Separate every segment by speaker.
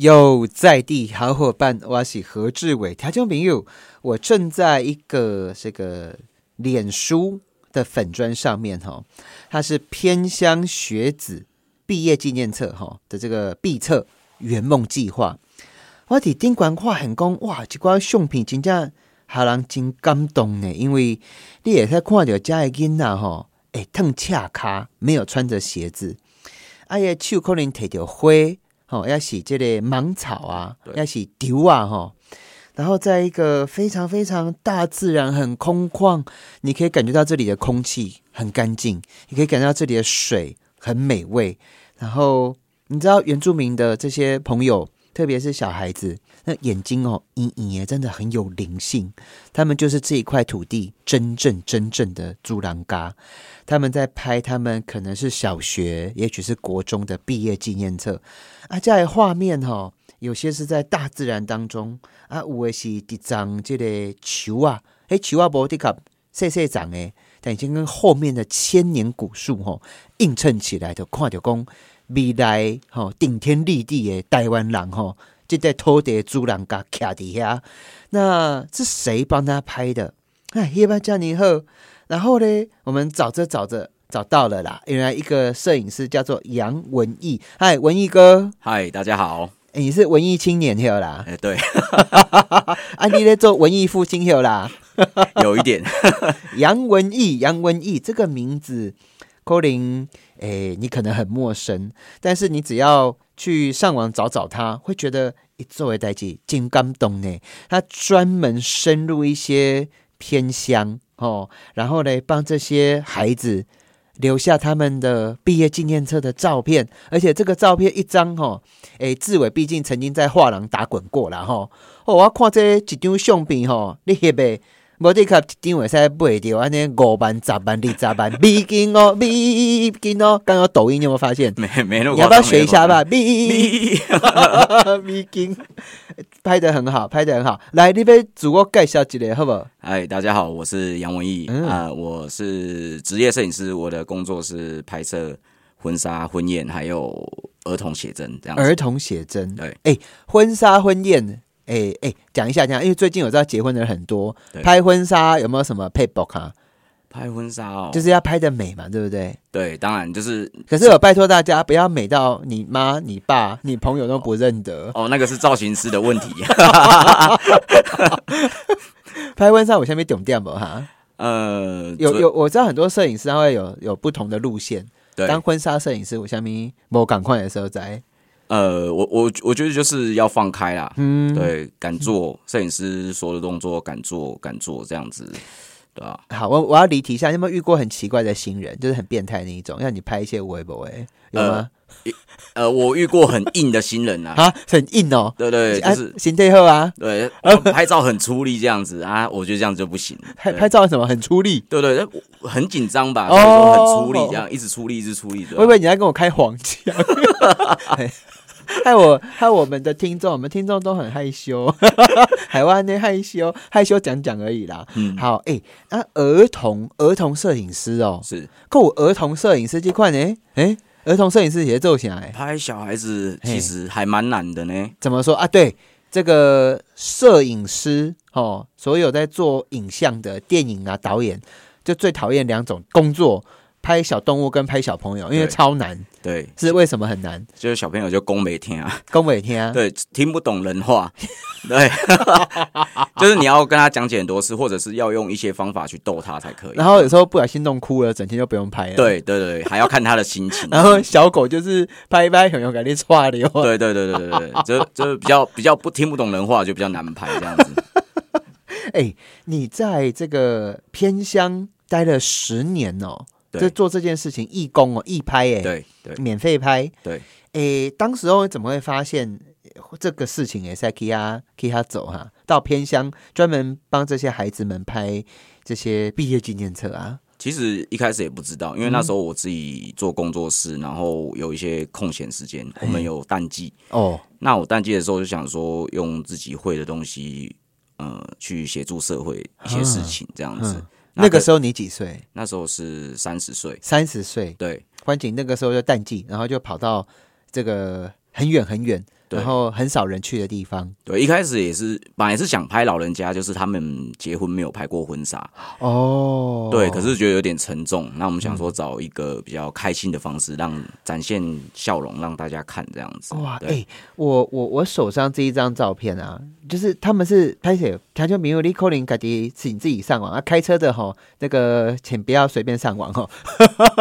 Speaker 1: 有在地好伙伴，我是何志伟。听众朋友，我正在一个这个脸书的粉砖上面哈、哦，它是偏乡学子毕业纪念册哈、哦、的这个毕册圆梦计划。我伫顶管看很讲哇，即寡相片真正害人真感动呢，因为你会使看着遮个囡仔吼，会烫赤骹，没有穿着鞋子，啊，伊手可能摕着花。哦，要洗这类芒草啊，要洗丢啊，哈、哦。然后在一个非常非常大自然、很空旷，你可以感觉到这里的空气很干净，你可以感觉到这里的水很美味。然后你知道原住民的这些朋友，特别是小孩子，那眼睛哦，隐隐也真的很有灵性。他们就是这一块土地真正真正的猪狼嘎。他们在拍他们可能是小学，也许是国中的毕业纪念册啊，这些画面哈、哦，有些是在大自然当中啊，有的是伫长这个球啊，诶，球啊无得卡细细长诶，但已经跟后面的千年古树吼、哦、映衬起来就看着讲未来吼、哦、顶天立地的台湾人吼，这块土地主人家徛伫遐，那是谁帮他拍的？哎，夜班叫你好。然后呢，我们找着找着找到了啦，原来一个摄影师叫做杨文艺。嗨，文艺哥，
Speaker 2: 嗨，大家好。
Speaker 1: 诶哎你是文艺青年有啦？
Speaker 2: 哎、对，
Speaker 1: 啊，你在做文艺复兴有啦？
Speaker 2: 有一点，
Speaker 1: 杨文艺，杨文艺这个名字，柯林，诶，你可能很陌生，但是你只要去上网找找他，会觉得一作为代记金刚懂呢。他专门深入一些偏乡哦，然后呢，帮这些孩子留下他们的毕业纪念册的照片，而且这个照片一张哦，诶，志伟毕竟曾经在画廊打滚过啦吼、哦。我看这一张相片吼、你翕的，无你看一张会使卖着安尼五万、十万、二十万，美金哦，美金哦。刚刚抖音你有没有发现？
Speaker 2: 没 没那么
Speaker 1: 你要
Speaker 2: 夸张
Speaker 1: 不要学一下？吧？
Speaker 2: 没
Speaker 1: 美
Speaker 2: 那么夸张
Speaker 1: 美金拍的很好，拍的很好。来，你要自我介绍一下好不好？
Speaker 2: 嗨，大家好，我是杨文义啊、
Speaker 1: 嗯
Speaker 2: 我是职业摄影师，我的工作是拍摄婚纱、婚宴还有儿童写真这样子。
Speaker 1: 儿童写真，
Speaker 2: 对，
Speaker 1: 哎、婚纱婚宴，哎、哎，讲、一下讲一下，因为最近我知道结婚的人很多，
Speaker 2: 对
Speaker 1: 拍婚纱有没有什么配 book 啊？
Speaker 2: 拍婚纱哦，
Speaker 1: 就是要拍的美嘛，对不对？
Speaker 2: 对，当然就是
Speaker 1: 可是我拜托大家不要美到你妈、你爸、你朋友都不认得。
Speaker 2: 哦，那个是造型师的问 题。
Speaker 1: 拍婚纱我下面懂点不哈？
Speaker 2: 呃，
Speaker 1: 有
Speaker 2: 主
Speaker 1: 有，我知道很多摄影师他会有有不同的路线。
Speaker 2: 对，
Speaker 1: 当婚纱摄影师，我下面我赶快的时候再，
Speaker 2: 呃，我我我觉得就是要放开啦，
Speaker 1: 嗯，
Speaker 2: 对，敢做摄影师所有的动作，敢做敢做这样子，对啊，
Speaker 1: 好，我我要离题一下，你有没有遇过很奇怪的新人，就是很变态那一种，让你拍一些微博哎，有吗？
Speaker 2: 呃，我遇过很硬的新人啊，
Speaker 1: 啊，很硬哦，
Speaker 2: 对对，
Speaker 1: 啊
Speaker 2: 就是，
Speaker 1: 行退后啊，
Speaker 2: 对， 呃拍照很出力这样子啊，我觉得这样就不行，
Speaker 1: 拍
Speaker 2: 对
Speaker 1: 拍照什么很出力。
Speaker 2: 对对，我很紧张吧，
Speaker 1: 哦
Speaker 2: 所以说很出力，这样一直出力，一直出力的。
Speaker 1: 我以为你要跟我开黄 腔，害我害我们的听众，我们听众都很害羞， 海湾那害羞害羞讲讲而已啦。
Speaker 2: 嗯，
Speaker 1: 好，哎、那、儿童儿童摄影师哦，
Speaker 2: 是
Speaker 1: 够儿童摄影师这块呢？哎、儿童摄影师也做欸起来，
Speaker 2: 拍小孩子
Speaker 1: 嘿
Speaker 2: 其实还蛮难的呢。
Speaker 1: 怎么说啊？对，这个摄影师哦，所有在做影像的电影啊导演，就最讨厌两种工作。拍小动物跟拍小朋友，因为
Speaker 2: 对
Speaker 1: 超难，
Speaker 2: 对，
Speaker 1: 是为什么很难？
Speaker 2: 就是小朋友就公没听啊，
Speaker 1: 龚伟天啊，
Speaker 2: 对，听不懂人话，对， 就是你要跟他讲解很多次，或者是要用一些方法去逗他才可以。
Speaker 1: 然后有时候不小心弄哭了，整天就不用拍了。，
Speaker 2: 对对对，还要看他的心情。
Speaker 1: 然后小狗就是拍一拍，很有感觉刷流。
Speaker 2: 对对对对对对，这这比较比较不听不懂人话，就比较难拍这样子。
Speaker 1: 哎，你在这个偏乡待了十年哦，
Speaker 2: 对
Speaker 1: 就做这件事情，义工哦，义拍哎，
Speaker 2: 对对
Speaker 1: 免费拍。
Speaker 2: 对，
Speaker 1: 哎，当时候怎么会发现呃这个事情？哎，在 Kia Kia 走哈、到偏乡专门帮这些孩子们拍这些毕业纪念册啊。
Speaker 2: 其实一开始也不知道，因为
Speaker 1: 嗯
Speaker 2: 那时候我自己做工作室，然后有一些空闲时间，我们有淡季。
Speaker 1: 哦，
Speaker 2: 那我淡季的时候就想说，用自己会的东西，呃，去协助社会一些事情这样子
Speaker 1: 嗯。那个时
Speaker 2: 候
Speaker 1: 候你几岁？
Speaker 2: 那时候是三十岁，
Speaker 1: 三十岁。
Speaker 2: 对
Speaker 1: 欢景那个时候就淡季，然后就跑到这个很远很远，
Speaker 2: 对
Speaker 1: 然后很少人去的地方。
Speaker 2: 对，一开始也是本来是想拍老人家，就是他们结婚没有拍过婚纱，
Speaker 1: 哦，嗯
Speaker 2: 对，可是觉得有点沉重。那我们想说找一个比较开心的方式，让展现笑容，让大家看这样子。
Speaker 1: 哇，哎、
Speaker 2: 对，
Speaker 1: 我我我手上这一张照片啊，就是他们是拍摄，他就没有 l i c o l i n 感觉是你自己上网啊，开车的吼，那个请不要随便上网哦，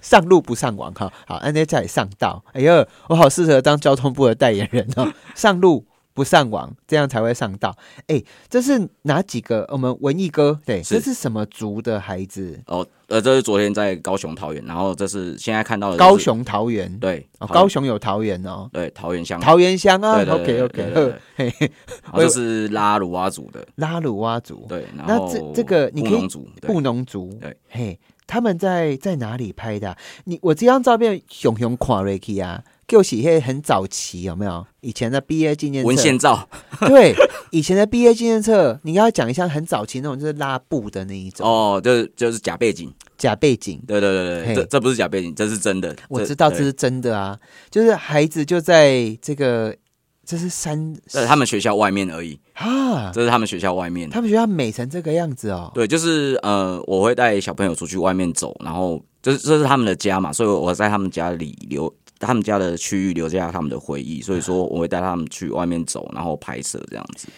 Speaker 1: 上路不上网哈，好，按在家里上道，哎呦，我好适合当交通部的代言人哦，上路。不上网，这样才会上道。哎，这是哪几个？我们文艺哥，对，
Speaker 2: 是
Speaker 1: 这是什么族的孩子？
Speaker 2: 哦，呃，这是昨天在高雄桃园，然后这是现在看到的、
Speaker 1: 高，雄桃园，
Speaker 2: 呃对，
Speaker 1: 哦，
Speaker 2: 桃
Speaker 1: 高雄有桃园哦，
Speaker 2: 对桃园乡，
Speaker 1: 桃园乡啊
Speaker 2: 对对
Speaker 1: ，OK
Speaker 2: 对
Speaker 1: OK，
Speaker 2: 对对对
Speaker 1: 嘿嘿
Speaker 2: 然后这是拉鲁阿族的，
Speaker 1: 拉鲁哇族，
Speaker 2: 对，然
Speaker 1: 那
Speaker 2: 后
Speaker 1: 这这个你可以
Speaker 2: 布农族，对
Speaker 1: 布农族，
Speaker 2: 对，
Speaker 1: 嘿，他们在在哪里拍的啊、你我这张照片熊熊垮瑞克啊，就是嘿很早期有没有？以前的毕业纪念册
Speaker 2: 文献照
Speaker 1: 对，以前的毕业纪念册，你要讲一下很早期那种就是拉布的那一种、
Speaker 2: 哦，就是就是假背景，
Speaker 1: 假背景。
Speaker 2: 对对对
Speaker 1: 嘿
Speaker 2: 对，这这不是假背景，这是真的，
Speaker 1: 我知道这
Speaker 2: 对
Speaker 1: 是真的啊，就是孩子就在这个，这是山
Speaker 2: 这是他们学校外面而已，
Speaker 1: 啊，
Speaker 2: 这是他们学校外面。
Speaker 1: 他们学校美成这个样子哦，
Speaker 2: 对，就是呃，我会带小朋友出去外面走，然后这这是他们的家嘛，所以我在他们家里留他们家的区域留下他们的回忆，所以说我会带他们去外面走，然后拍摄这样子。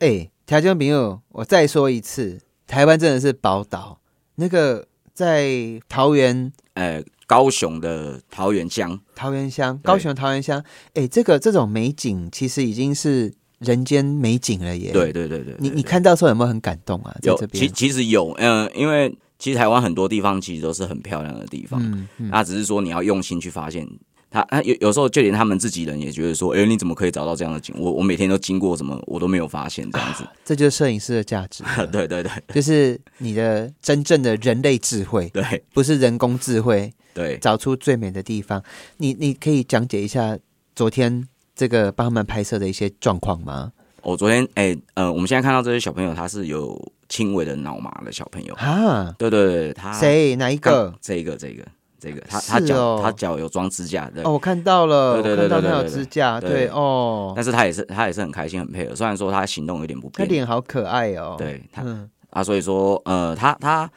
Speaker 1: 哎，条件朋友，我再说一次，台湾真的是宝岛。那个在桃园
Speaker 2: 呃，高雄的桃园乡，
Speaker 1: 桃园乡、高雄桃园乡，哎，这个这种美景其实已经是人间美景了耶。，
Speaker 2: 对对对对，
Speaker 1: 你
Speaker 2: 对
Speaker 1: 你看到的时候有没有很感动啊？在
Speaker 2: 有
Speaker 1: 这边
Speaker 2: 其，其实有，嗯，因为其实台湾很多地方其实都是很漂亮的地方，
Speaker 1: 嗯嗯，
Speaker 2: 那只是说你要用心去发现。他他有有时候就连他们自己人也觉得说，哎、你怎么可以找到这样的景？我我每天都经过，怎么我都没有发现这样子。
Speaker 1: 这就是摄影师的价值，
Speaker 2: 对对 对
Speaker 1: 就是你的真正的人类智慧，
Speaker 2: 对
Speaker 1: 不是人工智慧，
Speaker 2: 对，
Speaker 1: 找出最美的地方。你你可以讲解一下昨天这个帮他们拍摄的一些状况吗？
Speaker 2: 我、昨天哎、呃，我们现在看到这些小朋友，他是有轻微的脑麻的小朋友。
Speaker 1: 啊，
Speaker 2: 对对对，他
Speaker 1: 谁哪一
Speaker 2: 刚
Speaker 1: 个？
Speaker 2: 这个这个这个，他他
Speaker 1: 是
Speaker 2: 脚、
Speaker 1: 哦
Speaker 2: 他脚有装支架，对。
Speaker 1: 哦，我看到了，
Speaker 2: 对对
Speaker 1: 我看
Speaker 2: 对
Speaker 1: 到
Speaker 2: 对
Speaker 1: 他
Speaker 2: 对
Speaker 1: 有
Speaker 2: 对
Speaker 1: 支架，
Speaker 2: 对
Speaker 1: 对哦，
Speaker 2: 但是他也是他也是很开心很配合，虽然说他行动有点不
Speaker 1: 他
Speaker 2: 便，
Speaker 1: 脸好可爱哦。，
Speaker 2: 对他、
Speaker 1: 嗯，
Speaker 2: 啊，所以说呃他他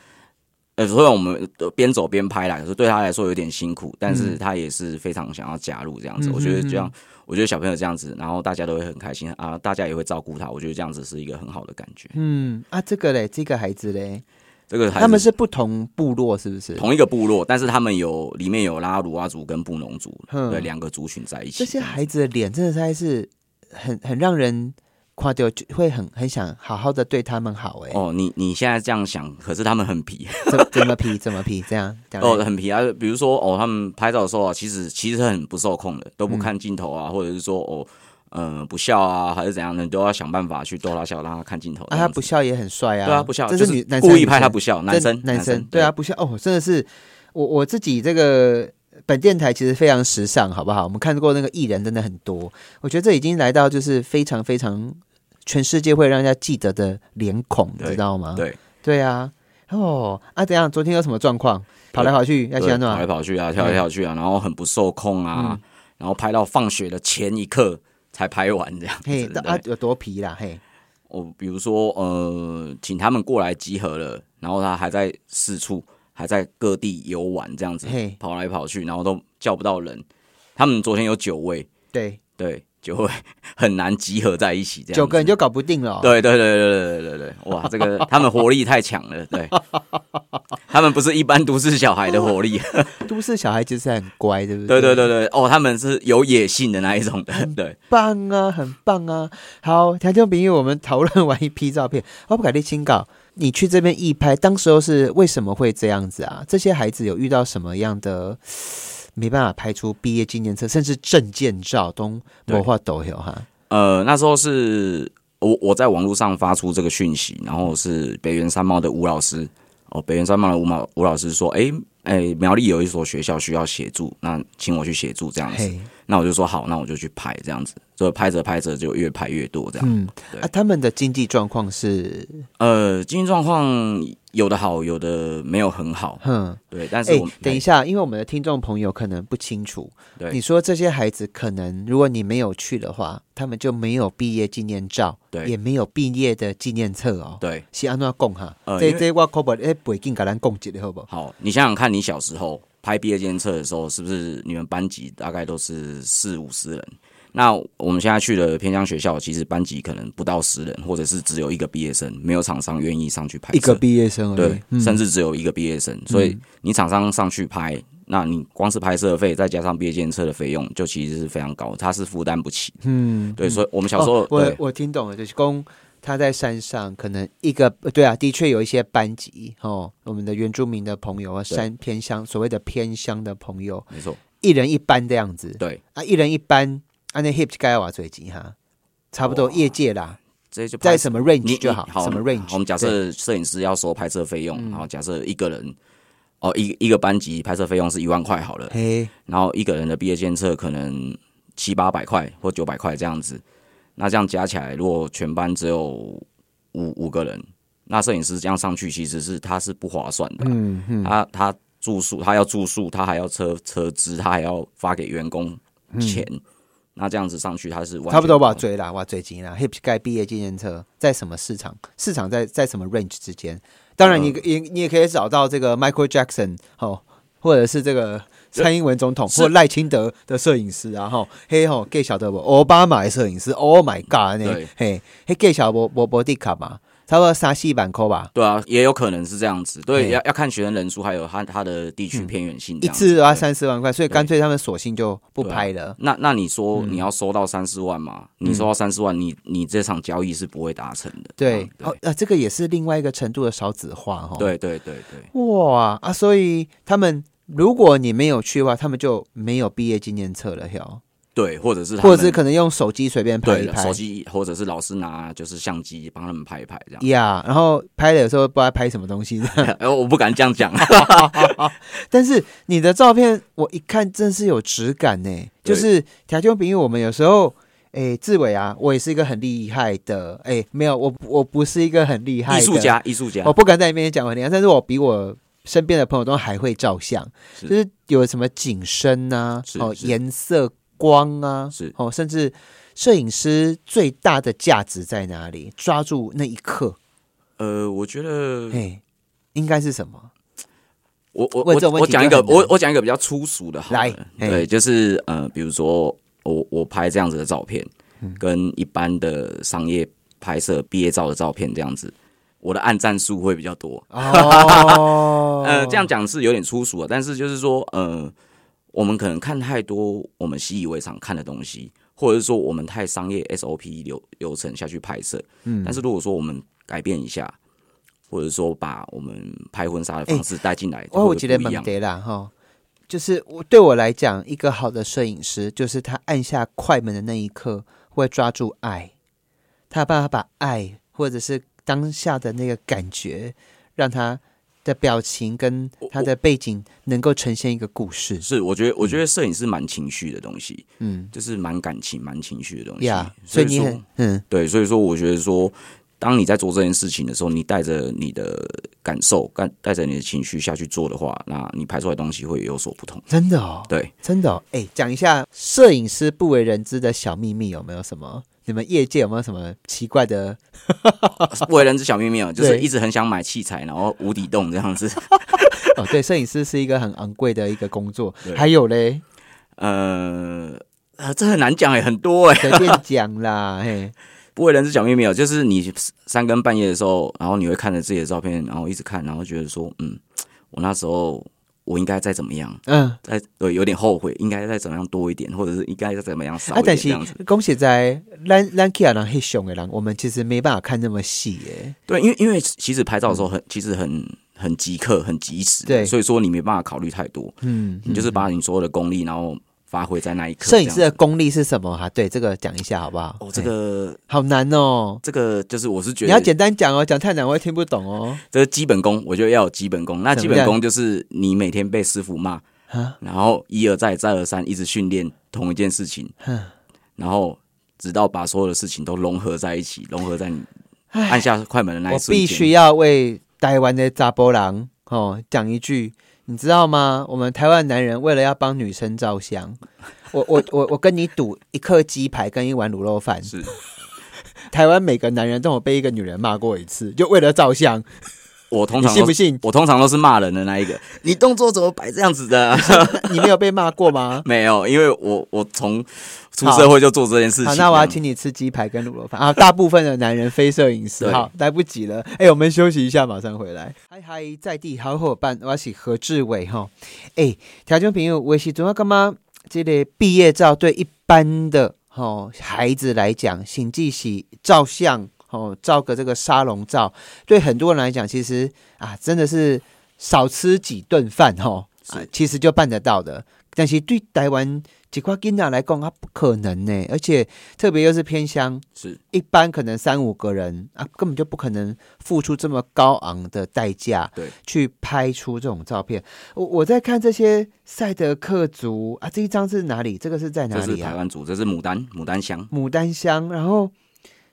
Speaker 2: 呃虽然我们边走边拍啦，可是对他来说有点辛苦，但是他也是非常想要加入这样子。
Speaker 1: 嗯
Speaker 2: 我觉得这
Speaker 1: 嗯
Speaker 2: 样，我觉得小朋友这样子，然后大家都会很开心啊，大家也会照顾他，我觉得这样子是一个很好的感觉。
Speaker 1: 嗯啊，这个嘞，这个孩子嘞，
Speaker 2: 这个还
Speaker 1: 他们是不同部落是不是？
Speaker 2: 同一个部落，但是他们有里面有拉鲁阿啊族跟布农族，
Speaker 1: 嗯
Speaker 2: 对两个族群在一起。
Speaker 1: 这些孩子的脸真的还是很很让人夸掉，就会很很想好好的对他们好哎。
Speaker 2: 哦，你你现在这样想，可是他们很皮
Speaker 1: 怎怎么皮怎么皮这样？这样
Speaker 2: 哦，很皮啊。比如说哦，他们拍照的时候啊，其实其实很不受控的，都不看镜头啊，或者是说哦，嗯，不笑啊，还是怎样的，你都要想办法去逗他笑，让他看镜头。
Speaker 1: 啊，他不笑也很帅啊。
Speaker 2: 对啊，不笑，
Speaker 1: 这
Speaker 2: 就是
Speaker 1: 女男生
Speaker 2: 故意
Speaker 1: 女
Speaker 2: 拍
Speaker 1: 生
Speaker 2: 他不笑，男
Speaker 1: 真
Speaker 2: 生
Speaker 1: 男
Speaker 2: 生
Speaker 1: 对啊，，不像哦，真的是我我自己这个本电台其实非常时尚，好不好？我们看过那个艺人真的很多，我觉得这已经来到就是非常非常全世界会让人家记得的脸孔，你
Speaker 2: 对
Speaker 1: 知道吗？
Speaker 2: 对
Speaker 1: 对啊，哦啊，怎样？昨天有什么状况？跑来跑去要
Speaker 2: 对
Speaker 1: 去哪
Speaker 2: 对跑来跑去
Speaker 1: 嗯
Speaker 2: 啊，跳来跳去啊，然后很不受控啊，然后拍到放学的前一刻才拍完这样子。
Speaker 1: 嘿，
Speaker 2: 对
Speaker 1: 啊有多皮啦？嘿，
Speaker 2: 我哦比如说呃，请他们过来集合了，然后他还在四处，还在各地游玩这样子
Speaker 1: 嘿，
Speaker 2: 跑来跑去，然后都叫不到人。他们昨天有九位，
Speaker 1: 对，
Speaker 2: 对，九位 很难集合在一起，这样
Speaker 1: 九个人
Speaker 2: 就
Speaker 1: 就搞不定了哦、
Speaker 2: 对对对对对对对对，哇，这个他们活力太强了，对，他们不是一般都市小孩的 活力，
Speaker 1: 都市小孩其实很乖，对不
Speaker 2: 对对
Speaker 1: 对
Speaker 2: 对对，哦，他们是有野性的那一种 的，对，
Speaker 1: 棒啊，很棒啊！好，田中平，我们讨论完一批照片， 我不改立新稿。你去这边一拍，当时候是为什么会这样子啊？这些孩子有遇到什么样的 没办法拍出毕业纪念册，甚至证件照都魔化都有哈？
Speaker 2: 呃，那时候是呃我我在网络上发出这个讯息，然后是北原三猫的吴老师哦，北原三猫的吴毛吴老师说，哎、哎、苗栗有一所学校需要协助，那请我去协助这样子。
Speaker 1: 嘿，
Speaker 2: 那我就说好，那我就去拍这样子，所以拍着拍着就越拍越多这样。
Speaker 1: 嗯，
Speaker 2: 对
Speaker 1: 啊，他们的经济状况是，
Speaker 2: 呃，经济状况有的好，有的没有很好，
Speaker 1: 哼，
Speaker 2: 对。但是
Speaker 1: 哎
Speaker 2: 我们、，
Speaker 1: 等一下，因为我们的听众朋友可能不清楚，
Speaker 2: 对
Speaker 1: 你说这些孩子可能，如果你没有去的话，他们就没有毕业纪念照，
Speaker 2: 对
Speaker 1: 也没有毕业的纪念册哦。
Speaker 2: 对，
Speaker 1: 是安怎讲哈？
Speaker 2: 呃
Speaker 1: 这
Speaker 2: 因为
Speaker 1: 这我可不，哎，北京给咱讲一下好不好？
Speaker 2: 好，你想想看，你小时候拍毕业监测的时候，是不是你们班级大概都是四五十人？那我们现在去的偏乡学校，其实班级可能不到十人，或者是只有一个毕业生，没有厂商愿意上去拍摄。
Speaker 1: 一个毕业生而已，
Speaker 2: 对，
Speaker 1: 嗯
Speaker 2: 甚至只有一个毕业生，所以你厂商上去拍，那你光是拍摄费再加上毕业建设的费用，就其实是非常高，他是负担不起。
Speaker 1: 嗯，
Speaker 2: 对，所以我们小时候
Speaker 1: 哦、我
Speaker 2: 对
Speaker 1: 我听懂了，就是公他在山上，可能一个呃对啊，的确有一些班级哦，我们的原住民的朋友啊，
Speaker 2: 对
Speaker 1: 山偏乡所谓的偏乡的朋友，
Speaker 2: 没错，
Speaker 1: 一人一班这样子
Speaker 2: 对，
Speaker 1: 啊，一人一班，按那 hip 盖瓦最近哈，差不多
Speaker 2: 哇
Speaker 1: 业界啦，
Speaker 2: 这就拍
Speaker 1: 在什么 range
Speaker 2: 你
Speaker 1: 就
Speaker 2: 你
Speaker 1: 好，
Speaker 2: 好
Speaker 1: 什么 range，
Speaker 2: 我们假
Speaker 1: 对嗯
Speaker 2: 设摄影师要收拍摄费用，然后假设一个人。哦，一一个班级拍摄费用是一万块好了，
Speaker 1: 嘿，
Speaker 2: 然后一个人的毕业监测可能七八百块或九百块这样子，那这样加起来，如果全班只有五五个人，那摄影师这样上去其实是他是不划算的啊、
Speaker 1: 嗯嗯，
Speaker 2: 他他住宿，他要住宿，他还要车车资，他还要发给员工钱，那这样子上去他是完
Speaker 1: 嗯
Speaker 2: 全
Speaker 1: 差不多吧，
Speaker 2: 用
Speaker 1: 追啦，哇，最近啦，hip 盖毕业纪念册在什么市场？市场在在什么 range 之间？当然
Speaker 2: 嗯
Speaker 1: 你，你、你也可以找到这个 Michael Jackson 哦，或者是这个蔡英文总统
Speaker 2: 呃是
Speaker 1: 或赖清德的摄影师啊，吼，嘿吼，gay 晓得不？奥巴马的摄影师，Oh my God 呢
Speaker 2: 对？
Speaker 1: 嘿，嘿 gay 小博博博地卡嘛，差不多三四万块吧，
Speaker 2: 对啊，也有可能是这样子，对，
Speaker 1: 嗯
Speaker 2: 要要看学生人数，还有他他的地区偏远性这
Speaker 1: 一
Speaker 2: 样子、
Speaker 1: 次都要
Speaker 2: 对
Speaker 1: 三四万块，所以
Speaker 2: 对
Speaker 1: 干脆他们索性就不
Speaker 2: 对啊
Speaker 1: 拍了。
Speaker 2: 那那你说
Speaker 1: 嗯
Speaker 2: 你要收到三四万嘛？你收到三四万，你你这场交易是不会达成的。
Speaker 1: 对
Speaker 2: 啊，
Speaker 1: 哦，那、这个也是另外一个程度的少子化哦。
Speaker 2: 对对对对
Speaker 1: 哇啊！所以他们如果你没有去的话，他们就没有毕业纪念册了哟，
Speaker 2: 对，或者是他们
Speaker 1: 或者是可能用手机随便拍
Speaker 2: 对
Speaker 1: 一
Speaker 2: 了
Speaker 1: 拍
Speaker 2: 手机，或者是老师拿就是相机帮他们拍一拍这样。
Speaker 1: 呀然后拍的时候不知道拍什么东西。
Speaker 2: 哎， 我不敢这样讲，
Speaker 1: 但是你的照片我一看，真是有质感呢。就
Speaker 2: 对
Speaker 1: 是条件比喻，我们有时候。诶，志伟啊，我也是一个很厉害的，诶，没有，我我不是一个很厉害
Speaker 2: 艺
Speaker 1: 的
Speaker 2: 术，家，艺术家
Speaker 1: 哦我，不敢在你面前讲我很厉害，但是我比我身边的朋友都还会照相，
Speaker 2: 是
Speaker 1: 就是有什么景深啊，
Speaker 2: 是
Speaker 1: 哦，
Speaker 2: 是
Speaker 1: 颜色、光啊，
Speaker 2: 是
Speaker 1: 哦，甚至摄影师最大的价值在哪里？抓住那一刻，
Speaker 2: 呃，我觉得
Speaker 1: 哎，应该是什么？
Speaker 2: 我我
Speaker 1: 问这种
Speaker 2: 我
Speaker 1: 问
Speaker 2: 我
Speaker 1: 题
Speaker 2: 讲一
Speaker 1: 就
Speaker 2: 个，
Speaker 1: 很难
Speaker 2: 我我讲一个比较粗俗的好了，
Speaker 1: 来嘿
Speaker 2: 对，就是呃，比如说我我拍这样子的照片，
Speaker 1: 嗯
Speaker 2: 跟一般的商业拍摄毕业照的照片这样子，我的按赞数会比较多。
Speaker 1: 哦
Speaker 2: 呃，这样讲是有点粗俗啊，但是就是说，呃，我们可能看太多我们习以为常看的东西，或者是说我们太商业 SOP 流流程下去拍摄，嗯，但是如果说我们改变一下，或者说把我们拍婚纱的方式带进来，
Speaker 1: 哎我有
Speaker 2: 会
Speaker 1: 觉
Speaker 2: 不
Speaker 1: 得
Speaker 2: 一
Speaker 1: 猛
Speaker 2: 样。
Speaker 1: 得啦哈，就是我对我来讲，一个好的摄影师，就是他按下快门的那一刻，会抓住爱，他有办法把爱或者是当下的那个感觉，让他的表情跟他的背景能够呈现一个故事。
Speaker 2: 是，我觉得，我觉得摄影是蛮情绪的东西，
Speaker 1: 嗯，
Speaker 2: 就是蛮感情、蛮情绪的东西。
Speaker 1: 呀、所以你
Speaker 2: 说
Speaker 1: 很嗯
Speaker 2: 对，所以说，我觉得说，当你在做这件事情的时候，你带着你的感受、带带着你的情绪下去做的话，那你拍出来的东西会有所不同。
Speaker 1: 真的哦，
Speaker 2: 对，
Speaker 1: 真的哦，哎，讲一下摄影师不为人知的小秘密有没有什么？你们业界有没有什么奇怪的？
Speaker 2: 为人知小秘密哦，就
Speaker 1: 对
Speaker 2: 是一直很想买器材，然后无底洞这样子。
Speaker 1: 哦，对，摄影师是一个很昂贵的一个工作。
Speaker 2: 对
Speaker 1: 还有嘞，
Speaker 2: 呃，呃这很难讲哎，很多哎。
Speaker 1: 随便讲啦， 嘿，
Speaker 2: 不为人知小秘密哦，就是你三更半夜的时候，然后你会看着自己的照片，然后一直看，然后觉得说，嗯，我那时候我应该再怎么样。
Speaker 1: 嗯，
Speaker 2: 再对有点后悔，应该再怎么样多一点，或者是应该再怎么样少
Speaker 1: 啊
Speaker 2: 一，点
Speaker 1: 但
Speaker 2: 这
Speaker 1: 是
Speaker 2: 样子。
Speaker 1: 恭喜在咱咱去啊人黑熊的人，我们其实没办法看那么细耶。
Speaker 2: 对，因为因为其实拍照的时候很，其实很很即刻、很及时，
Speaker 1: 对
Speaker 2: 所以说你没办法考虑太多，
Speaker 1: 嗯，
Speaker 2: 你就是把你所有的功力，然后发挥在那一刻。
Speaker 1: 摄影师
Speaker 2: 这样
Speaker 1: 的
Speaker 2: 子
Speaker 1: 功力是什么哈、啊对，这个讲一下好不好？
Speaker 2: 哦，这
Speaker 1: 嘿
Speaker 2: 个
Speaker 1: 好难哦，
Speaker 2: 这个就是我是觉
Speaker 1: 你要
Speaker 2: 得
Speaker 1: 简单讲哦，讲太难我也听不懂哦。
Speaker 2: 这个基本功，我觉得要有基本功。那
Speaker 1: 怎么
Speaker 2: 基本
Speaker 1: 样啊
Speaker 2: 功就是你每天被师傅骂，然后一而再再而三一直训练同一件事情，
Speaker 1: 啊
Speaker 2: 然后直到把所有的事情都融合在一起，融合在你按下快门的那一
Speaker 1: 我
Speaker 2: 瞬
Speaker 1: 必
Speaker 2: 间
Speaker 1: 须。要为台湾的查波郎哦讲一句，你知道吗？我们台湾男人为了要帮女生着想， 我我我我跟你赌一颗鸡排跟一碗卤肉饭，
Speaker 2: 是
Speaker 1: 台湾每个男人都有被一个女人骂过一次，就为了照相，
Speaker 2: 我通
Speaker 1: 你
Speaker 2: 常
Speaker 1: 信
Speaker 2: 都
Speaker 1: 不
Speaker 2: 是
Speaker 1: 信？
Speaker 2: 我通常都是骂人的那 一个，你动作怎么摆这样子的？？
Speaker 1: 你没有被骂过吗
Speaker 2: 没有，因为我我从出社会就做这件事
Speaker 1: 好，
Speaker 2: 情。
Speaker 1: 那我要请你吃鸡排跟卤肉饭啊！大部分的男人非摄影师，
Speaker 2: 对
Speaker 1: 好，来不及了。哎、我们休息一下，马上回来。嗨嗨，在地好伙伴，我是何志伟哈。哎、条件朋友，我是主要干嘛？这个毕业照对一般的哦孩子来讲，请记起照相哦，照个这个沙龙照，对很多人来讲，其实啊，真的是少吃几顿饭哦、啊
Speaker 2: 是
Speaker 1: 其实就办得到的。但是对台湾几块囡仔来讲，它不可能呢，而且特别又是偏乡，
Speaker 2: 是
Speaker 1: 一般可能三五个人啊，根本就不可能付出这么高昂的代价，
Speaker 2: 对，
Speaker 1: 去拍出这种照片。我我在看这些赛德克族啊，这一张是哪里？这个是在哪
Speaker 2: 这是
Speaker 1: 里
Speaker 2: 台
Speaker 1: 啊？
Speaker 2: 湾族，这是牡丹牡丹香，
Speaker 1: 牡丹乡。然后，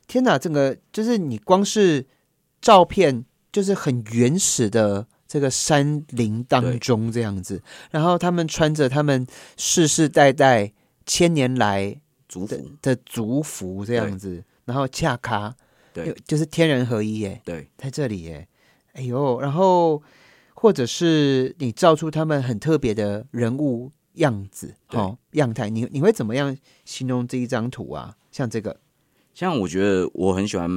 Speaker 1: 天哪，这个就是你光是照片，就是很原始的这个山林当中这样子。然后他们穿着他们世世代代千年来
Speaker 2: 族服
Speaker 1: 的族服这样子，然后恰卡，
Speaker 2: 对
Speaker 1: 又，就是天人合一耶，
Speaker 2: 对，
Speaker 1: 在这里耶，哎呦，然后或者是你照出他们很特别的人物样子
Speaker 2: 对
Speaker 1: 哦样态，你你会怎么样形容这一张图啊？像这个，
Speaker 2: 像我觉得我很喜欢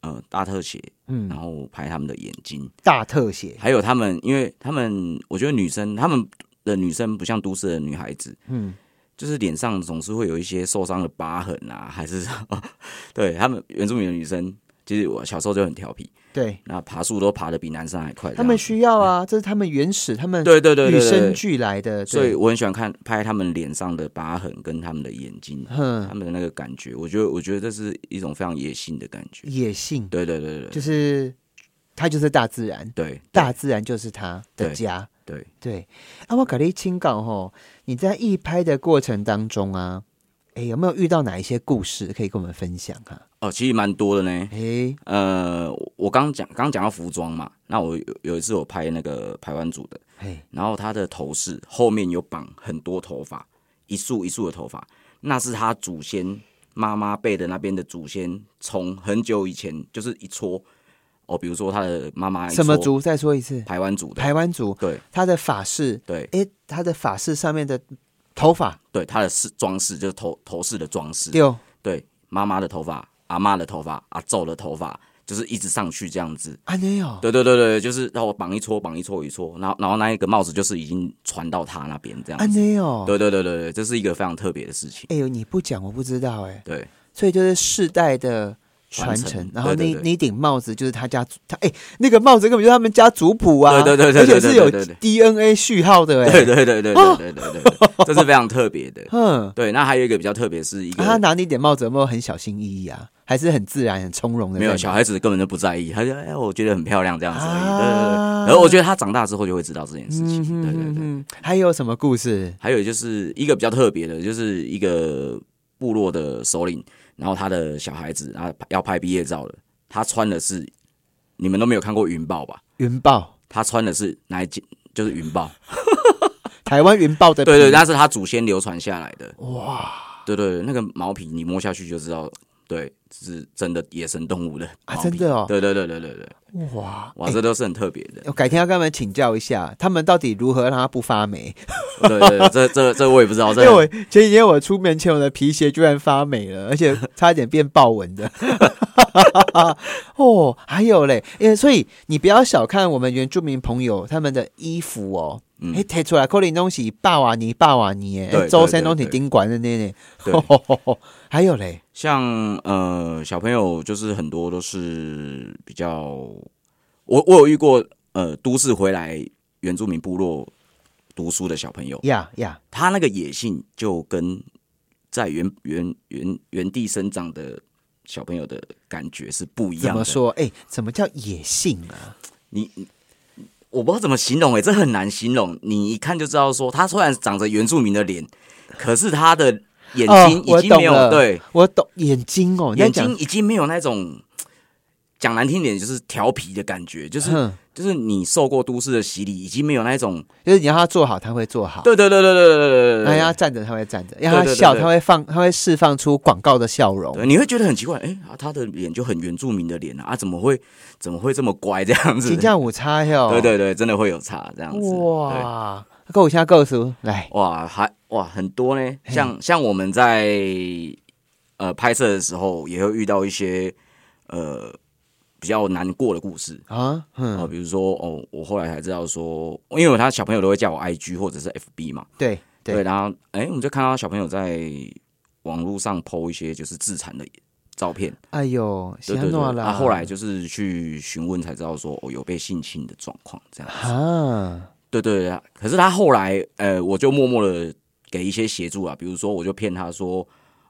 Speaker 2: 呃大特写，
Speaker 1: 嗯
Speaker 2: 然，后拍他们的眼睛，
Speaker 1: 大特写，
Speaker 2: 还有他们，因为他们我觉得女生他们的女生不像都市的女孩子，
Speaker 1: 嗯，
Speaker 2: 就是脸上总是会有一些受伤的疤痕啊，还是什么？ 对他们原住民的女生，其实我小时候就很调皮，
Speaker 1: 对
Speaker 2: 那爬树都爬得比男生还快这样子。
Speaker 1: 他们需要啊，这是他们原始，他们
Speaker 2: 嗯对对对
Speaker 1: 与
Speaker 2: 对对
Speaker 1: 生
Speaker 2: 对，
Speaker 1: 俱来的，对
Speaker 2: 所以我很喜欢看拍他们脸上的疤痕跟他们的眼睛，
Speaker 1: 哼
Speaker 2: 他，们的那个感觉，我觉得我觉得这是一种非常野性的感觉。
Speaker 1: 野性
Speaker 2: 对对对对
Speaker 1: 嗯就
Speaker 2: 对
Speaker 1: 是它就是大自然，
Speaker 2: 对，
Speaker 1: 大自然就是他的
Speaker 2: 对
Speaker 1: 家，
Speaker 2: 对
Speaker 1: 对，啊，我跟你请教吼，你在义拍的过程当中啊，哎，有没有遇到哪一些故事可以跟我们分享啊？
Speaker 2: 哦，其实蛮多的呢。
Speaker 1: 哎，
Speaker 2: 呃，我我刚讲刚讲到服装嘛，那我有有一次我拍那个排湾组的，
Speaker 1: 嘿，
Speaker 2: 然后他的头饰后面有绑很多头发，一束一束的头发，那是他祖先妈妈辈的那边的祖先，从很久以前就是一撮哦，比如说他的妈妈一
Speaker 1: 什么
Speaker 2: 撮
Speaker 1: 族？再说一次，
Speaker 2: 台湾族的，
Speaker 1: 台湾族，
Speaker 2: 对
Speaker 1: 他的法式，
Speaker 2: 对
Speaker 1: 哎，他的法式上面的头发
Speaker 2: 对，他的饰装饰就是头头饰的装饰，
Speaker 1: 六，
Speaker 2: 对，妈妈的头发、阿妈的头发、阿昼的头发，就是一直上去这样子。
Speaker 1: 啊，没有，
Speaker 2: 对对对对，就是让我绑一撮，绑一撮一撮，然后然后那一个帽子就是已经传到他那边这
Speaker 1: 啊，
Speaker 2: 样子。
Speaker 1: 没有，
Speaker 2: 对对对对对，这是一个非常特别的事情。
Speaker 1: 哎呦，你不讲我不知道，哎，
Speaker 2: 对
Speaker 1: 所以就是世代的。传
Speaker 2: 传承
Speaker 1: 承，然后
Speaker 2: 对
Speaker 1: 那
Speaker 2: 对对
Speaker 1: 那顶帽子就是他家族他哎、那个帽子根本就是他们家族谱啊，
Speaker 2: 对对对对对对
Speaker 1: 而且
Speaker 2: 对
Speaker 1: 是
Speaker 2: 对
Speaker 1: 有 DNA 序号的哎、
Speaker 2: 对对对对对对对对对，这是非常特别的。
Speaker 1: 嗯，
Speaker 2: 对，那还有一个比较特别是一
Speaker 1: 啊、他
Speaker 2: 个
Speaker 1: 拿你点帽子有没有很小心翼翼啊？还是很自然、很从容的？
Speaker 2: 没有小孩子根本就不在意，他就哎我觉得很漂亮这样子而已。对对对，
Speaker 1: 啊
Speaker 2: 然后我觉得他长大之后就会知道这件事情。对对
Speaker 1: 嗯
Speaker 2: 对。
Speaker 1: 嗯，还有什么故事？
Speaker 2: 还有就是一个比较特别的，就是一个部落的首领，然后他的小孩子啊要拍毕业照了，他穿的是你们都没有看过云豹吧？
Speaker 1: 云豹，
Speaker 2: 他穿的是哪一件？就是云 豹，
Speaker 1: 台湾云豹的
Speaker 2: 对对，
Speaker 1: 皮
Speaker 2: 那是他祖先流传下来的。
Speaker 1: 哇，
Speaker 2: 对对对，那个毛皮你摸下去就知道，对，是真的野生动物的
Speaker 1: 啊
Speaker 2: 毛皮
Speaker 1: 真的哦
Speaker 2: 对对对对对对，
Speaker 1: 哇哎
Speaker 2: 哇，这都是很特别的。
Speaker 1: 我改天要跟他们请教一下，他们到底如何让它不发霉？
Speaker 2: 对对对，这这这我也不知道，
Speaker 1: 因
Speaker 2: 这
Speaker 1: 为我前几天我出门前，我的皮鞋居然发霉了，而且差点变豹纹的。 哦，还有嘞，因为所以你不要小看我们原住民朋友他们的衣服哦，
Speaker 2: 嗯
Speaker 1: 哎、贴出来可能东西霸瓦尼霸瓦尼，
Speaker 2: 对
Speaker 1: 哎，
Speaker 2: 对
Speaker 1: 周身东西
Speaker 2: 对对
Speaker 1: 顶管的那呢。
Speaker 2: 对
Speaker 1: 吼吼吼吼 还有嘞，
Speaker 2: 像呃小朋友就是很多都是比较，我我有遇过呃都市回来原住民部落读书的小朋友，
Speaker 1: 呀呀，
Speaker 2: 他那个野性就跟在原原原原地生长的小朋友的感觉是不一
Speaker 1: 怎
Speaker 2: 样
Speaker 1: 么
Speaker 2: 的。
Speaker 1: 说？哎，怎么叫野性啊？
Speaker 2: 你你我不知道怎么形容哎、这很难形容。你一看就知道说，他虽然长着原住民的脸，可是他的眼睛
Speaker 1: 哦
Speaker 2: 已经没有、
Speaker 1: 我懂了
Speaker 2: 对
Speaker 1: 我懂眼睛哦，你在
Speaker 2: 眼
Speaker 1: 讲
Speaker 2: 睛已经没有那种讲难听点就是调皮的感觉，就是、
Speaker 1: 哼
Speaker 2: 就是你受过都市的洗礼，已经没有那种
Speaker 1: 就是你要他做好，他会做好。
Speaker 2: 对对对对对对对对对
Speaker 1: 然后
Speaker 2: 对
Speaker 1: 让他站着，他会站着；让
Speaker 2: 对
Speaker 1: 他
Speaker 2: 对对
Speaker 1: 笑，
Speaker 2: 对
Speaker 1: 他会放，他会释放出广告的笑容。
Speaker 2: 对，你会觉得很奇怪，哎、啊他的脸就很原住民的脸啊，啊，怎么会怎么会这么乖这样子
Speaker 1: 金？价五差哟，
Speaker 2: 对对对，真的会有差这样子。对，
Speaker 1: 哇，够我现在够熟，来，
Speaker 2: 哇，还哇很多呢，
Speaker 1: 嘿
Speaker 2: 像像我们在呃拍摄的时候，也会遇到一些呃比较难过的故事。
Speaker 1: 啊，
Speaker 2: 哦，
Speaker 1: 嗯，
Speaker 2: 比如说哦，我后来才知道说，因为他小朋友都会叫我 IG 或者是 FB 嘛，
Speaker 1: 对
Speaker 2: 对，
Speaker 1: 对，
Speaker 2: 然后哎、我们就看到小朋友在网络上 PO 一些就是自残的照片，
Speaker 1: 哎呦，
Speaker 2: 对
Speaker 1: 喜
Speaker 2: 对对
Speaker 1: 诺，啦，
Speaker 2: 啊，后来就是去询问才知道说哦有被性侵的状况这样，
Speaker 1: 啊，
Speaker 2: 对对对，可是他后来呃我就默默的给一些协助啊，比如说我就骗他说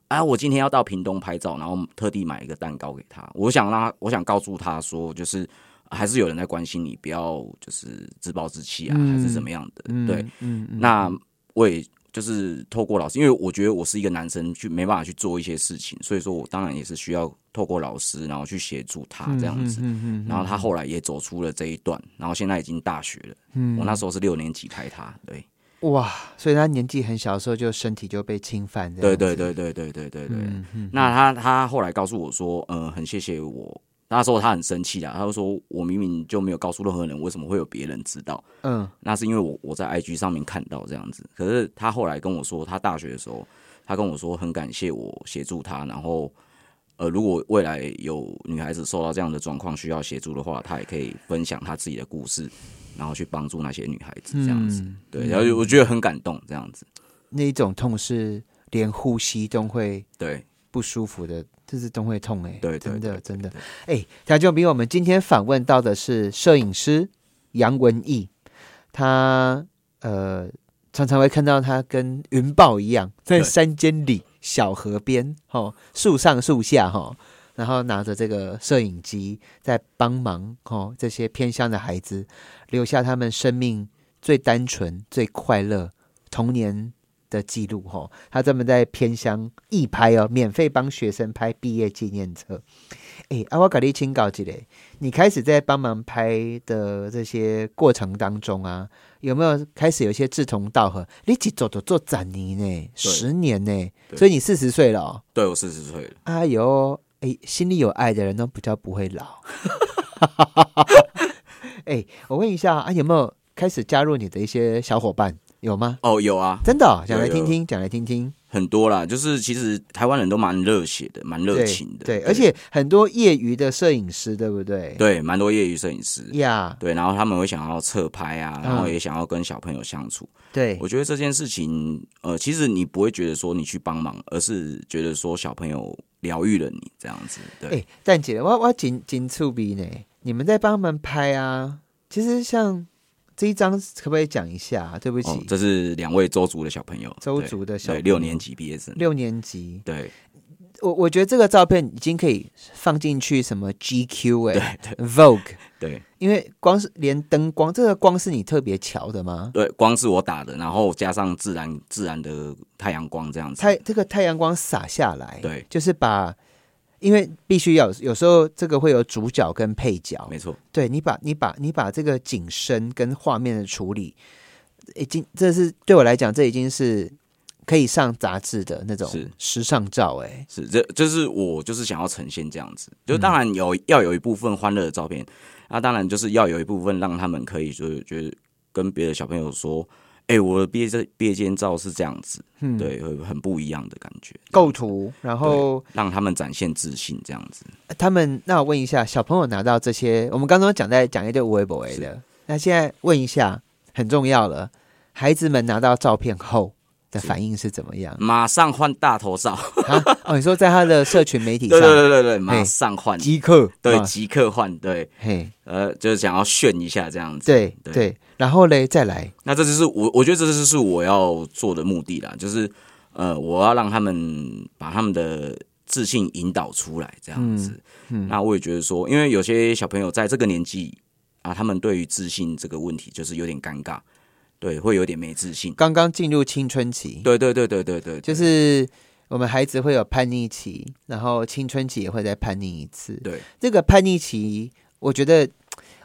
Speaker 2: 啊我今天要到屏东拍照，然后特地买一个蛋糕给他，我想让他我想告诉他说就是。还是有人在关心你，不要就是自暴自弃啊，
Speaker 1: 嗯
Speaker 2: 还是怎么样的？
Speaker 1: 嗯
Speaker 2: 对，，
Speaker 1: 嗯嗯，
Speaker 2: 那我也就是透过老师，因为我觉得我是一个男生，去没办法去做一些事情，所以说我当然也是需要透过老师，然后去协助他这样子。
Speaker 1: 嗯
Speaker 2: 然后他后来也走出了这一段，然后现在已经大学了。
Speaker 1: 嗯
Speaker 2: 我那时候是六年级开他，对，
Speaker 1: 哇，所以他年纪很小的时候就身体就被侵犯，
Speaker 2: 对对，对对对对对对。
Speaker 1: 嗯嗯，
Speaker 2: 那他他后来告诉我说，呃，很谢谢我。那时候他很生气啊啦，他就说：“我明明就没有告诉任何人，为什么会有别人知道？
Speaker 1: 嗯，
Speaker 2: 那是因为我我在 IG 上面看到这样子。可是他后来跟我说，他大学的时候，他跟我说很感谢我协助他，然后呃，如果未来有女孩子受到这样的状况需要协助的话，他也可以分享他自己的故事，然后去帮助那些女孩子这样子。
Speaker 1: 嗯
Speaker 2: 对，然后我觉得很感动，这样子。
Speaker 1: 那一种痛是连呼吸都会
Speaker 2: 对，
Speaker 1: 不舒服的，就是都会痛哎、欸，
Speaker 2: 对对
Speaker 1: 真的真的
Speaker 2: 对，
Speaker 1: 哎，台中比我们今天访问到的是摄影师杨文义，他呃常常会看到他跟云豹一样，在
Speaker 2: 对
Speaker 1: 山间里、小河边、哦树上树下哈、哦，然后拿着这个摄影机在帮忙哦这些偏乡的孩子，留下他们生命最单纯、最快乐童年的记录哈、哦。他专门在偏乡义拍哦，免费帮学生拍毕业纪念册。哎，阿瓦卡利清搞起来，你开始在帮忙拍的这些过程当中啊，有没有开始有一些志同道合？你一起走走做展尼呢，十年呢，
Speaker 2: 对
Speaker 1: 所以你四十岁了、哦。
Speaker 2: 对我四十岁了，
Speaker 1: 哎呦，哎，心里有爱的人都比较不会 老。哎，我问一下啊，有没有开始加入你的一些小伙伴？有吗？
Speaker 2: 哦，有啊，
Speaker 1: 真的哦、讲
Speaker 2: 有
Speaker 1: 来听
Speaker 2: 有
Speaker 1: 听，讲来听听。
Speaker 2: 很多啦，就是其实台湾人都蛮热血的，蛮热
Speaker 1: 对
Speaker 2: 情的，
Speaker 1: 对，而且很多业余的摄影师，对不对？
Speaker 2: 对蛮多业余摄影师。
Speaker 1: 呀，
Speaker 2: 对，然后他们会想要侧拍啊，然后
Speaker 1: 嗯
Speaker 2: 也想要跟小朋友相处。
Speaker 1: 对，
Speaker 2: 我觉得这件事情，呃，其实你不会觉得说你去帮忙，而是觉得说小朋友疗愈了你这样子。对，
Speaker 1: 哎、蛋姐，我我紧紧触鼻呢，你们在帮他们拍啊。其实像这一张，可不可以讲一下、啊？对不起，
Speaker 2: 哦，这是两位周族的小朋友，
Speaker 1: 周
Speaker 2: 对
Speaker 1: 族的小
Speaker 2: 对
Speaker 1: 朋
Speaker 2: 六
Speaker 1: 友
Speaker 2: 年级毕业生，
Speaker 1: 六年级，
Speaker 2: 对
Speaker 1: 我我觉得这个照片已经可以放进去什么 GQ 哎、
Speaker 2: 对
Speaker 1: Vogue，
Speaker 2: 对
Speaker 1: 因为光是连灯光，这个光是你特别瞧的吗？
Speaker 2: 对，光是我打的，然后加上自然自然的太阳光这样子。
Speaker 1: 太这个太阳光洒下来，
Speaker 2: 对，
Speaker 1: 就是把，因为必须要有有时候这个会有主角跟配角，
Speaker 2: 没错，
Speaker 1: 对你把你把你把这个景深跟画面的处理，已经这是对我来讲，这已经是可以上杂志的那种
Speaker 2: 是
Speaker 1: 时尚照哎、
Speaker 2: 是这，就是我就是想要呈现这样子，就
Speaker 1: 嗯
Speaker 2: 当然有、要有一部分欢乐的照片，那当然就是要有一部分让他们可以就是觉得跟别的小朋友说，哎、我的毕业这毕业纪念照是这样子，
Speaker 1: 嗯，，
Speaker 2: 对，会很不一样的感觉，
Speaker 1: 构图，然后
Speaker 2: 让他们展现自信这样子。
Speaker 1: 呃他们那我问一下，小朋友拿到这些，我们刚刚讲在讲一堆无微不微的，那现在问一下很重要了，孩子们拿到照片后的反应是怎么样
Speaker 2: 马上换大头照，
Speaker 1: 啊？哦，你说在他的社群媒 体
Speaker 2: 对对
Speaker 1: 上
Speaker 2: 对对对，马上换，
Speaker 1: 即刻
Speaker 2: 对，
Speaker 1: 啊
Speaker 2: 即刻换，对，
Speaker 1: 嘿，
Speaker 2: 呃，就是想要炫一下这样子。
Speaker 1: 对
Speaker 2: 对
Speaker 1: 对，然后嘞再来，
Speaker 2: 那这就是我，我觉得这就是我要做的目的啦，就是呃，我要让他们把他们的自嗯信引导出来，这样子。那我也觉得说，因为有些小朋友在这个年纪，啊，他们对于自信这个问题就是有点尴尬，对，会有点没自信。
Speaker 1: 刚刚进入青春期，
Speaker 2: 对对对对对对，
Speaker 1: 就
Speaker 2: 对
Speaker 1: 是我们孩子会有叛逆期，然后青春期也会再叛逆一次。
Speaker 2: 对
Speaker 1: 这个叛逆期，我觉得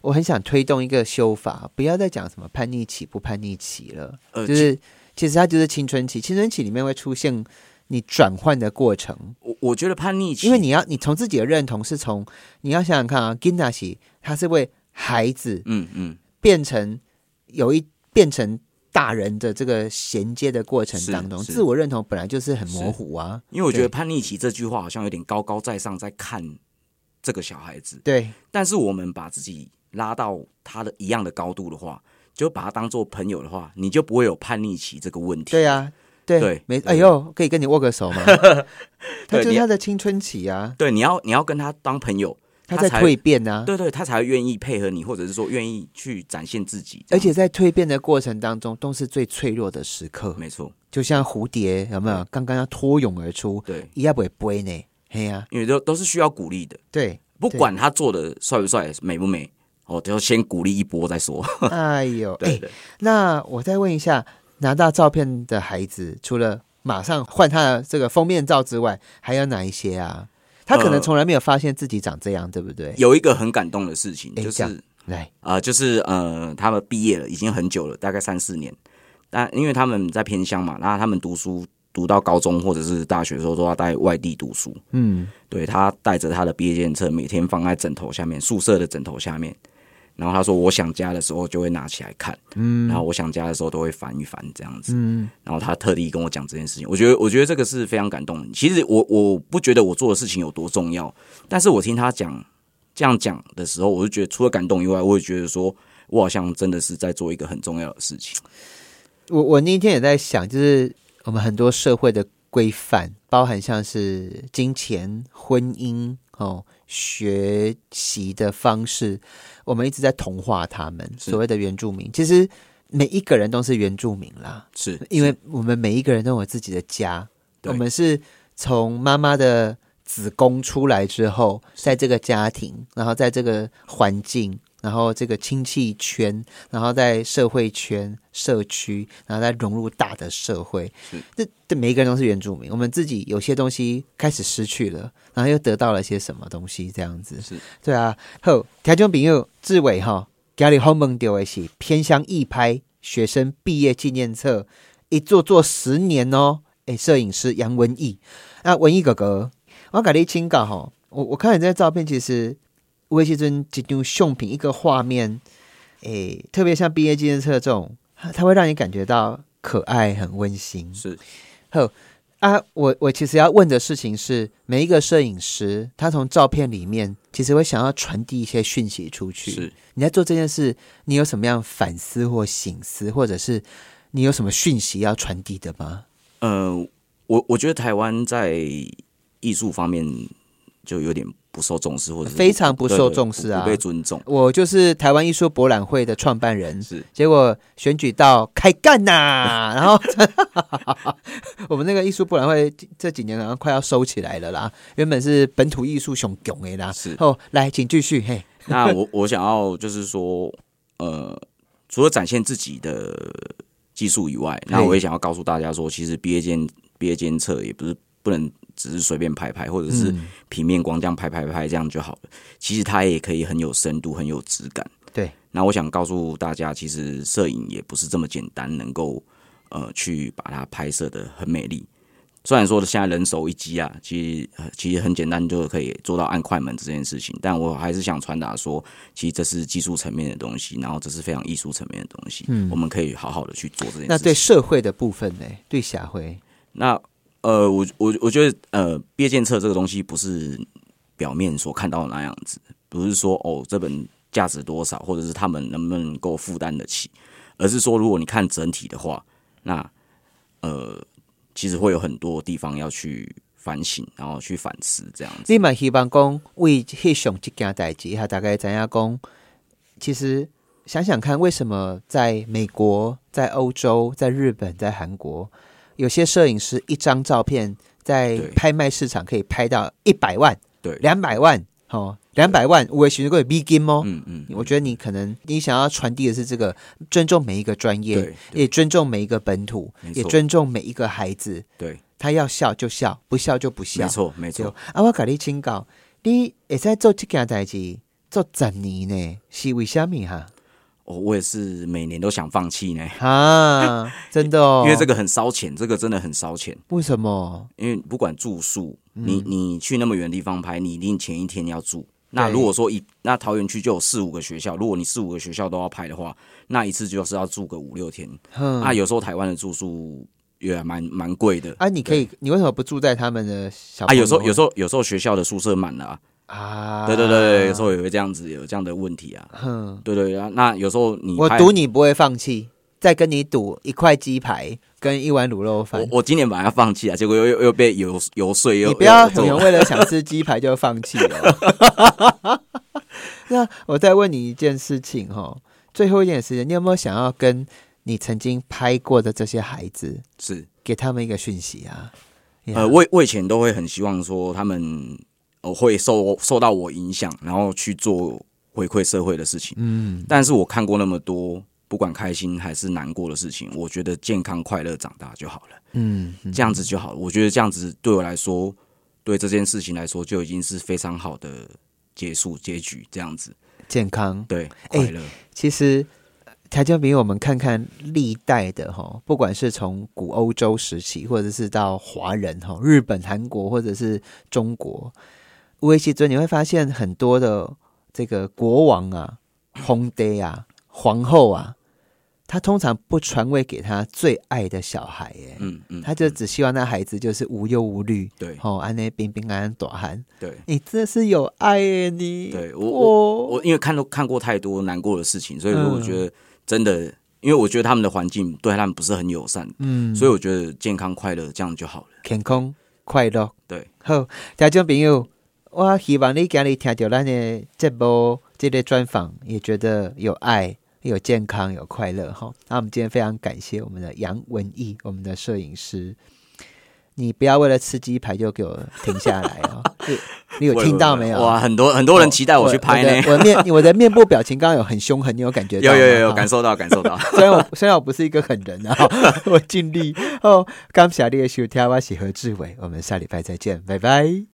Speaker 1: 我很想推动一个修法，不要再讲什么叛逆期不叛逆期了，
Speaker 2: 呃，
Speaker 1: 就
Speaker 2: 其
Speaker 1: 是其实它就是青春期，青春期里面会出现你转换的过程，
Speaker 2: 我我觉得叛逆期，
Speaker 1: 因为你要你从自己的认同是从你要想想看啊 g i n a s i 他是为孩子
Speaker 2: 嗯嗯
Speaker 1: 变成有一变成。大人的这个衔接的过程当中，
Speaker 2: 是是
Speaker 1: 自我认同本来就是很模糊啊。
Speaker 2: 因为我觉得
Speaker 1: 对
Speaker 2: 叛逆期这句话好像有点高高在上，在看这个小孩子，
Speaker 1: 对，
Speaker 2: 但是我们把自己拉到他的一样的高度的话，就把他当做朋友的话，你就不会有叛逆期这个问题。
Speaker 1: 对啊，对，
Speaker 2: 对
Speaker 1: 没，
Speaker 2: 对
Speaker 1: 哎呦，可以跟你握个手 吗？他就
Speaker 2: 对
Speaker 1: 是
Speaker 2: 你
Speaker 1: 他的青春期啊，
Speaker 2: 对，你要你要跟他当朋友，
Speaker 1: 他
Speaker 2: 他
Speaker 1: 在
Speaker 2: 才
Speaker 1: 蜕变啊，
Speaker 2: 对对，他才会愿意配合你，或者是说愿意去展现自己。这
Speaker 1: 而
Speaker 2: 样
Speaker 1: 且在蜕变的过程当中，都是最脆弱的时刻，
Speaker 2: 没错，
Speaker 1: 就像蝴蝶有没有？刚刚要脱蛹而出，
Speaker 2: 对，
Speaker 1: 一要不会飞呢？嘿呀、
Speaker 2: 因为都都是需要鼓励的，
Speaker 1: 对，
Speaker 2: 不管他做的帅不帅、美不美，哦，就先鼓励一波再说。
Speaker 1: 哎呦，哎、
Speaker 2: 对对，
Speaker 1: 那我再问一下，拿到照片的孩子，除了马上换他的这个封面照之外，还有哪一些啊？他可能
Speaker 2: 呃
Speaker 1: 从来没有发现自己长这样，对不对？
Speaker 2: 有一个很感动的事情，
Speaker 1: 哎
Speaker 2: 就
Speaker 1: 这样
Speaker 2: 是
Speaker 1: 来，
Speaker 2: 啊、就是呃，他们毕业了，已经很久了，大概三四年。那因为他们在偏乡嘛，那他们读书读到高中或者是大学的时候，都要在外地读书。
Speaker 1: 嗯，
Speaker 2: 对他带着他的毕业检册，每天放在枕头下面，宿舍的枕头下面。然后他说，我想家的时候就会拿起来看，嗯，然后我想家的时候都会翻一翻这样子，嗯。然后他特地跟我讲这件事情，我觉得我觉得这个是非常感动的。其实我我不觉得我做的事情有多重要，但是我听他讲这样讲的时候，我就觉得除了感动以外，我也觉得说我好像真的是在做一个很重要的事情。
Speaker 1: 我我那天也在想，就是我们很多社会的规范，包含像是金钱、婚姻哦、学习的方式，我们一直在同化他们
Speaker 2: 是
Speaker 1: 所谓的原住民。其实每一个人都是原住民啦，
Speaker 2: 是
Speaker 1: 因为我们每一个人都有自己的家，
Speaker 2: 对
Speaker 1: 我们是从妈妈的子宫出来之后，在这个家庭，然后在这个环境，然后这个亲戚圈，然后在社会圈、社区，然后再融入大的社会
Speaker 2: 是。
Speaker 1: 这这每一个人都是原住民，我们自己有些东西开始失去了，然后又得到了些什么东西，这样子。
Speaker 2: 是
Speaker 1: 对啊，好，听众朋友，志伟哈，家里好梦到的是偏乡义拍学生毕业纪念册，一做做十年哦。诶，摄影师杨文义，啊，文义哥哥，我给你请教吼，我我看你这照片，其实我时阵一张相片一个画面，诶，特别像毕业纪念册这种，它它会让你感觉到可爱，很温馨。
Speaker 2: 是
Speaker 1: 啊，我我其实要问的事情是，每一个摄影师，他从照片里面其实会想要传递一些讯息出去。
Speaker 2: 是，
Speaker 1: 你在做这件事，你有什么样反思或醒思，或者是你有什么讯息要传递的吗？
Speaker 2: 呃，我我觉得台湾在艺术方面就有点不受重视，或者是
Speaker 1: 非常不
Speaker 2: 对
Speaker 1: 受
Speaker 2: 对
Speaker 1: 重视
Speaker 2: 不
Speaker 1: 啊
Speaker 2: 不！被尊重。
Speaker 1: 我就是台湾艺术博览会的创办人，
Speaker 2: 是
Speaker 1: 结果选举到开干呐、然后 我们那个艺术博览会这几年好像快要收起来了啦，原本是本土艺术熊囧的啦。
Speaker 2: 是
Speaker 1: 哦，来，请继续，嘿，
Speaker 2: 那我我想要就是说，呃，除了展现自己的技术以外，那我也想要告诉大家说，其实毕业监毕业监测也不是不能只是随便拍拍，或者是
Speaker 1: 嗯
Speaker 2: 平面光这样拍拍拍这样就好了。其实它也可以很有深度，很有质感。
Speaker 1: 对。
Speaker 2: 那我想告诉大家，其实摄影也不是这么简单，能够呃去把它拍摄的很美丽。虽然说现在人手一机啊，其实呃其实很简单就可以做到按快门这件事情，但我还是想传达说，其实这是技术层面的东西，然后这是非常艺术层面的东西，嗯，我们可以好好的去做这件事情。
Speaker 1: 那对社会的部分呢？对社会，
Speaker 2: 那呃，我我我觉得呃，毕业检测这个东西不是表面所看到的那样子，不是说哦这本价值多少，或者是他们能不能够负担得起，而是说如果你看整体的话，那呃，其实会有很多地方要去反省，然后去反思这样子。
Speaker 1: 你嘛希望讲为去想这件代志，哈，大概怎样讲？其实想想看，为什么在美国、在欧洲、在日本、在韩国，有些摄影师一张照片在
Speaker 2: 对
Speaker 1: 拍卖市场可以拍到一百万、
Speaker 2: 对
Speaker 1: 两百万，哦，两百万我也学过 begin 哦。
Speaker 2: 嗯嗯，
Speaker 1: 我觉得你可能你想要传递的是这个尊重每一个专业，
Speaker 2: 对
Speaker 1: 也尊重每一个本土
Speaker 2: 没，错
Speaker 1: 也尊重每一个孩子。
Speaker 2: 对，
Speaker 1: 他要笑就笑，不笑就不笑。
Speaker 2: 没错没
Speaker 1: 对
Speaker 2: 错，
Speaker 1: 啊，我甲你请教，你会使做这件代志做十年呢，是为虾米 哈？
Speaker 2: 哦，我也是每年都想放弃呢，
Speaker 1: 啊，真的哦，
Speaker 2: 因为这
Speaker 1: 个
Speaker 2: 个很烧钱，这个真的很烧钱。
Speaker 1: 为什么？
Speaker 2: 因为不管住宿，
Speaker 1: 嗯
Speaker 2: 你你去那么远的地方拍，你一定前一天要住。那
Speaker 1: 对
Speaker 2: 如果说一那桃园区就有四五个学校，如果你四五个学校都要拍的话，那一次就是要住个五六天。
Speaker 1: 哼
Speaker 2: 那啊有时候台湾的住宿也蛮蛮贵的
Speaker 1: 啊，你可以，你为什么不住在他们的小
Speaker 2: 啊。有时候
Speaker 1: 朋友
Speaker 2: 有时候有时候学校的宿舍满了、啊，
Speaker 1: 啊，
Speaker 2: 对对对对，有时候也会这样子有这样的问题啊。
Speaker 1: 哼，
Speaker 2: 对对啊，那有时候你
Speaker 1: 我
Speaker 2: 拍
Speaker 1: 赌你不会放弃，再跟你赌一块鸡排跟一碗卤肉饭
Speaker 2: 我。我今年本来要放弃啊，结果又又又被游游说又
Speaker 1: 你不要
Speaker 2: 又
Speaker 1: 很
Speaker 2: 做
Speaker 1: 为了想吃鸡排就放弃了。 那我再问你一件事情哦，最后一点时间，你有没有想要跟你曾经拍过的这些孩子，
Speaker 2: 是
Speaker 1: 给他们一个讯息啊？
Speaker 2: 呃，我我以前都会很希望说他们呃会受受到我影响，然后去做回馈社会的事情。
Speaker 1: 嗯，
Speaker 2: 但是我看过那么多，不管开心还是难过的事情，我觉得健康快乐长大就好了，
Speaker 1: 嗯嗯
Speaker 2: 这样子就好了。我觉得这样子对我来说，对这件事情来说，就已经是非常好的结束结局。这样子，
Speaker 1: 健康。
Speaker 2: 对，
Speaker 1: 哎
Speaker 2: 快乐，
Speaker 1: 其实台江比我们看看历代的哈，不管是从古欧洲时期，或者是到华人哈，日本、韩国或者是中国，微其尊你会发现很多的这个国王啊、皇帝啊、皇后啊，他通常不传位给他最爱的小孩，哎、
Speaker 2: 嗯嗯，
Speaker 1: 他就只希望那孩子就是无忧无虑。
Speaker 2: 对
Speaker 1: 哦，安内平平安安短寒，
Speaker 2: 对。
Speaker 1: 你真的是有爱耶！你
Speaker 2: 对我
Speaker 1: 我
Speaker 2: 我因为看都看过太多难过的事情，所以说
Speaker 1: 嗯
Speaker 2: 我觉得真的，因为我觉得他们的环境对他们不是很友善，
Speaker 1: 嗯，
Speaker 2: 所以我觉得健康快乐这样就好了。
Speaker 1: 健康快乐。
Speaker 2: 对，
Speaker 1: 好，听众朋友，我希望你今日听到咱的节目，这个专访，也觉得有爱、有健康、有快乐哈。那我们今天非常感谢我们的杨文义，我们的摄影师。你不要为了吃鸡排就给我停下来哦！ 你你有听到没有？
Speaker 2: 哇，很多很多人期待我去拍呢，
Speaker 1: 我我的我的面我的面部表情刚刚有很凶狠，你有感觉到
Speaker 2: 有
Speaker 1: 吗？
Speaker 2: 有有有
Speaker 1: 哈
Speaker 2: 感受到感受到，
Speaker 1: 虽然我虽然我不是一个狠人啊， 我尽力哦。感谢你的收听，我是何志伟，我们下礼拜再见，拜拜。